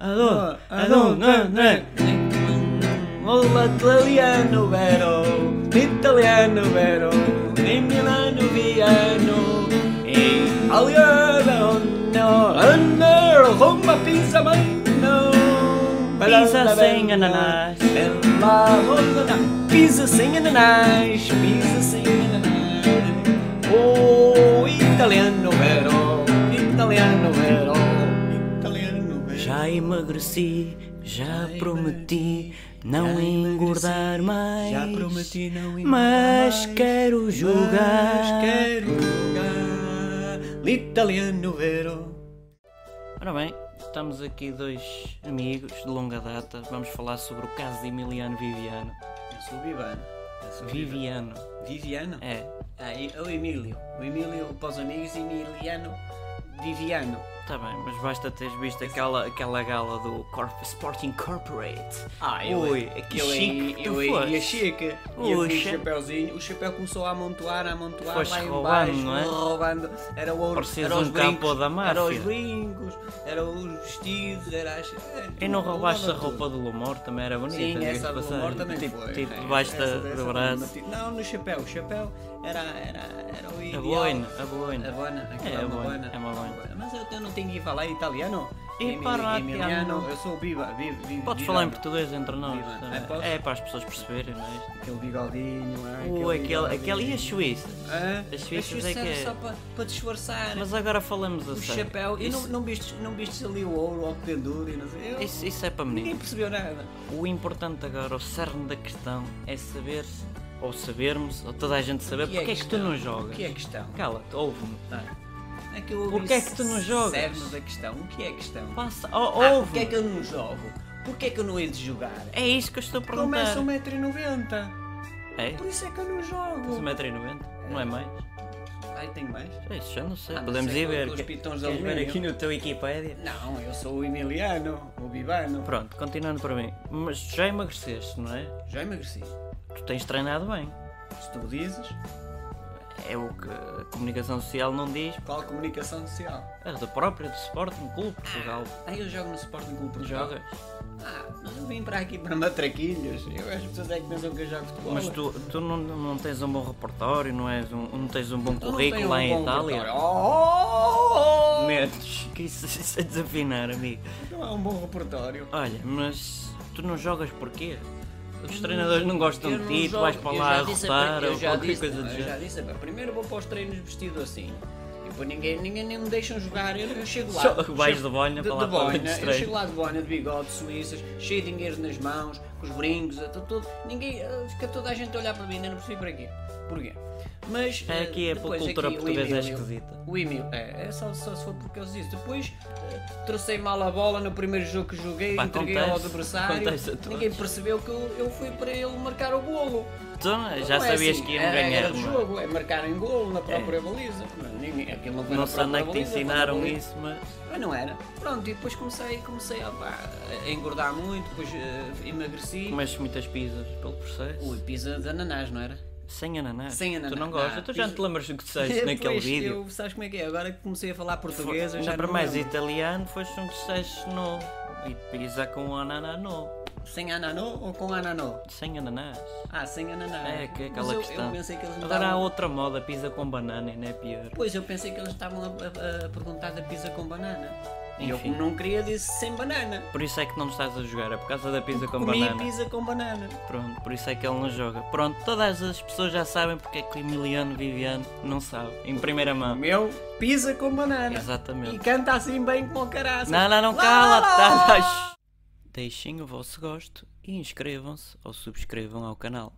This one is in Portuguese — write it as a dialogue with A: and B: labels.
A: no, I don't know, né? Hola, italiano vero, italiano vero, in Milano Viano, in Aliano, under Roma pizza mano.
B: Pizza sem ananás.
A: Bella Roma, pizza sem ananás, pizza sem ananás. Oh, italiano vero, italiano vero, italiano vero.
B: Já emagreci, já
A: Já
B: prometi
A: emagreci,
B: não
A: já
B: engordar mais.
A: Já prometi não ir
B: Mas
A: mais,
B: quero
A: mas
B: jogar.
A: quero jogar. L'italiano vero.
B: Ora bem, estamos aqui dois amigos de longa data. Vamos falar sobre o caso de Emiliano Viviano.
A: Eu sou Vivano. Eu sou
B: Viviano,
A: Viviano?
B: é.
A: Ah, e o Emílio. O Emílio, para os amigos, Emiliano Viviano.
B: Tá bem, mas basta teres visto aquela, aquela gala do Corp Sporting Corporate.
A: Ah,
B: Ui,
A: é-
B: que
A: eu é-
B: chique que
A: eu
B: tu
A: é-
B: foste.
A: E a chique. E eu
B: Ui,
A: fiz o
B: chique.
A: chapéuzinho. O chapéu começou a amontoar, a amontoar.
B: Foste
A: lá em
B: roubando,
A: baixo,
B: não é?
A: roubando. Era o ouro,
B: Parecias
A: era os
B: um capô
A: brincos,
B: da máfia.
A: Era os brincos, era os vestidos, era as...
B: E não roubaste a
A: roubava tudo.
B: roupa do Lumor, também era bonita.
A: Sim,
B: diga-se
A: essa
B: de
A: do
B: passagem.
A: amor também
B: tipo,
A: foi.
B: Tipo,
A: é,
B: debaixo
A: essa-
B: da-
A: essa
B: do
A: foi
B: braço.
A: uma- tipo Não, no chapéu. O chapéu era, era, era o
B: A
A: ideal.
B: boina, a
A: A
B: boina.
A: boina, aquilo
B: É,
A: é,
B: a
A: uma
B: boina,
A: boina.
B: é uma boina.
A: Mas eu, eu não tenho que falar italiano.
B: E
A: Emili-
B: para
A: Emiliano,
B: te-
A: eu sou viva, viva, viva.
B: Podes falar em português entre nós.
A: Viva.
B: também.
A: É, posso?
B: É para as pessoas perceberem, não é?
A: Aquele bigodinho, é,
B: Ui, aquele,
A: bigodinho.
B: aquele e as suíças.
A: Hã?
B: As suíças é
A: era
B: que é-
A: só para, para disfarçar
B: Mas agora falamos a
A: o
B: sério.
A: chapéu. E não,
B: Isso,
A: não, vistes, não vistes ali o ouro ou o pendura e não sei. Eu,
B: isso, isso é para meninos.
A: ninguém percebeu nada.
B: O importante agora, o cerne da questão, é saber, ou sabermos, ou toda a gente saber,
A: O que é
B: porque é que tu
A: questão?
B: não
A: O
B: jogas.
A: que é questão?
B: Cala-te, ouve-me.
A: É que eu ouvi
B: Porquê é que tu não jogas?
A: cerne da questão. O que é questão?
B: Passa, ou-
A: Ah, porquê é
B: ouve-me.
A: que eu não jogo? Porquê é que um eu não hei de jogar?
B: É isso que eu estou a perguntar.
A: Começa 1,90m.
B: É?
A: Por isso é que eu não
B: Tens
A: jogo.
B: 1,90m? Não é mais?
A: Ai, tenho mais?
B: É Isso já não sei.
A: Ah, não
B: Podemos
A: sei
B: ir
A: quanto
B: ver.
A: os
B: Que-
A: pitons de
B: Queres ver
A: alumínio.
B: aqui no teu Wikipédia?
A: Não, eu sou o Emiliano, o Bibano.
B: Pronto, continuando para mim. Mas já emagreceste, não é?
A: Já emagreci.
B: Tu tens treinado bem.
A: Se tu dizes,
B: É o que a comunicação social não diz.
A: qual a comunicação social?
B: É da própria do Sporting Clube de Portugal.
A: Ah, eu jogo no Sporting Clube Portugal.
B: Jogas?
A: Ah, mas eu vim para aqui para matraquilhos. Eu as pessoas é que pensam que eu jogo futebol.
B: Mas tu, tu não, não tens um bom repertório, não, és um, não tens um bom
A: Eu não
B: currículo
A: tenho
B: lá
A: um
B: em
A: bom
B: Itália.
A: repertório. Oh, oh, oh,
B: Metes, que isso, isso é desafinar, amigo.
A: oh. Não é um bom repertório.
B: Olha, mas tu não jogas porquê? Os treinadores não gostam
A: Eu
B: de
A: não
B: ti, tu
A: jogo.
B: vais para
A: Eu
B: lá
A: já disse a
B: rotar
A: pri- eu
B: ou
A: já
B: qualquer
A: disse,
B: coisa
A: não,
B: do
A: eu já
B: género.
A: disse, pá, primeiro vou para os treinos vestido assim. E depois ninguém, ninguém nem me deixam jogar, eu, eu chego lá.
B: Só que vais
A: chego-
B: de boina
A: de,
B: para lá
A: de
B: para o
A: boina, Eu
B: treino.
A: chego lá de boina, de bigode, suíças, cheio de dinheiro nas mãos, com os brincos, a tudo, tudo. Ninguém, eh, fica toda a gente a olhar para mim, ainda não percebi para quê. Porquê? Mas.
B: É,
A: eh,
B: aqui a
A: depois
B: cultura
A: aqui o
B: portuguesa é
A: Emílio-
B: esquisita.
A: o Emil, é, é só, só se for porque eles dizem. Depois eh, tracei mal a bola no primeiro jogo que joguei,
B: Pá,
A: entreguei ao
B: acontece,
A: adversário.
B: acontece a todos.
A: Ninguém percebeu que eu, eu fui para ele marcar o golo.
B: Tu não- Ah, Então, já
A: Não é
B: sabias
A: assim,
B: que iam
A: a regra
B: ganhar,
A: do
B: não é?
A: jogo é marcar em golo na própria baliza. Não, ninguém- aquilo foi
B: Não
A: na
B: sei onde é que
A: própria
B: te
A: baliza, foi na
B: ensinaram
A: baliza.
B: isso, mas.
A: Mas não era. Pronto, e depois comecei, comecei a, pá, a engordar muito, depois eh, emagreci.
B: Comeste muitas pizzas pelo processo.
A: Ui, pizza de ananás, não era?
B: Sem ananás.
A: Sem ananás.
B: Tu não gostas?
A: Não,
B: tu já não
A: pizza-
B: te lembras do é que disseste naquele
A: Pois,
B: vídeo?
A: Eu, sabes como é que é? Agora que comecei a falar português, eu já
B: Ainda para
A: não
B: mais
A: lembro.
B: italiano, foste um que disseste no. E pizza com ananás no.
A: Sem ananô ou com ananô?
B: Sem ananás.
A: Ah, sem ananás.
B: É, que é
A: Mas
B: aquela
A: eu,
B: questão.
A: Eu pensei que eles me
B: Agora há
A: davam-
B: outra moda, pizza com banana, e não é pior.
A: Pois, eu pensei que eles estavam a, a- a perguntar da pizza com banana. E eu,
B: Enfim.
A: como não queria, disse sem banana.
B: Por isso é que não estás a jogar, é por causa da pizza com
A: Comi
B: banana.
A: pizza com banana.
B: Pronto, por isso é que ele não joga. Pronto, todas as pessoas já sabem porque é que o Emiliano Viviano não sabe, em primeira mão.
A: Meu, pizza com banana. E
B: Exatamente.
A: canta assim bem como o caraças.
B: Não, não, não,
A: Lá,
B: cala,
A: lá,
B: tá, tá, shh. Deixem o vosso gosto e inscrevam-se ou subscrevam ao canal.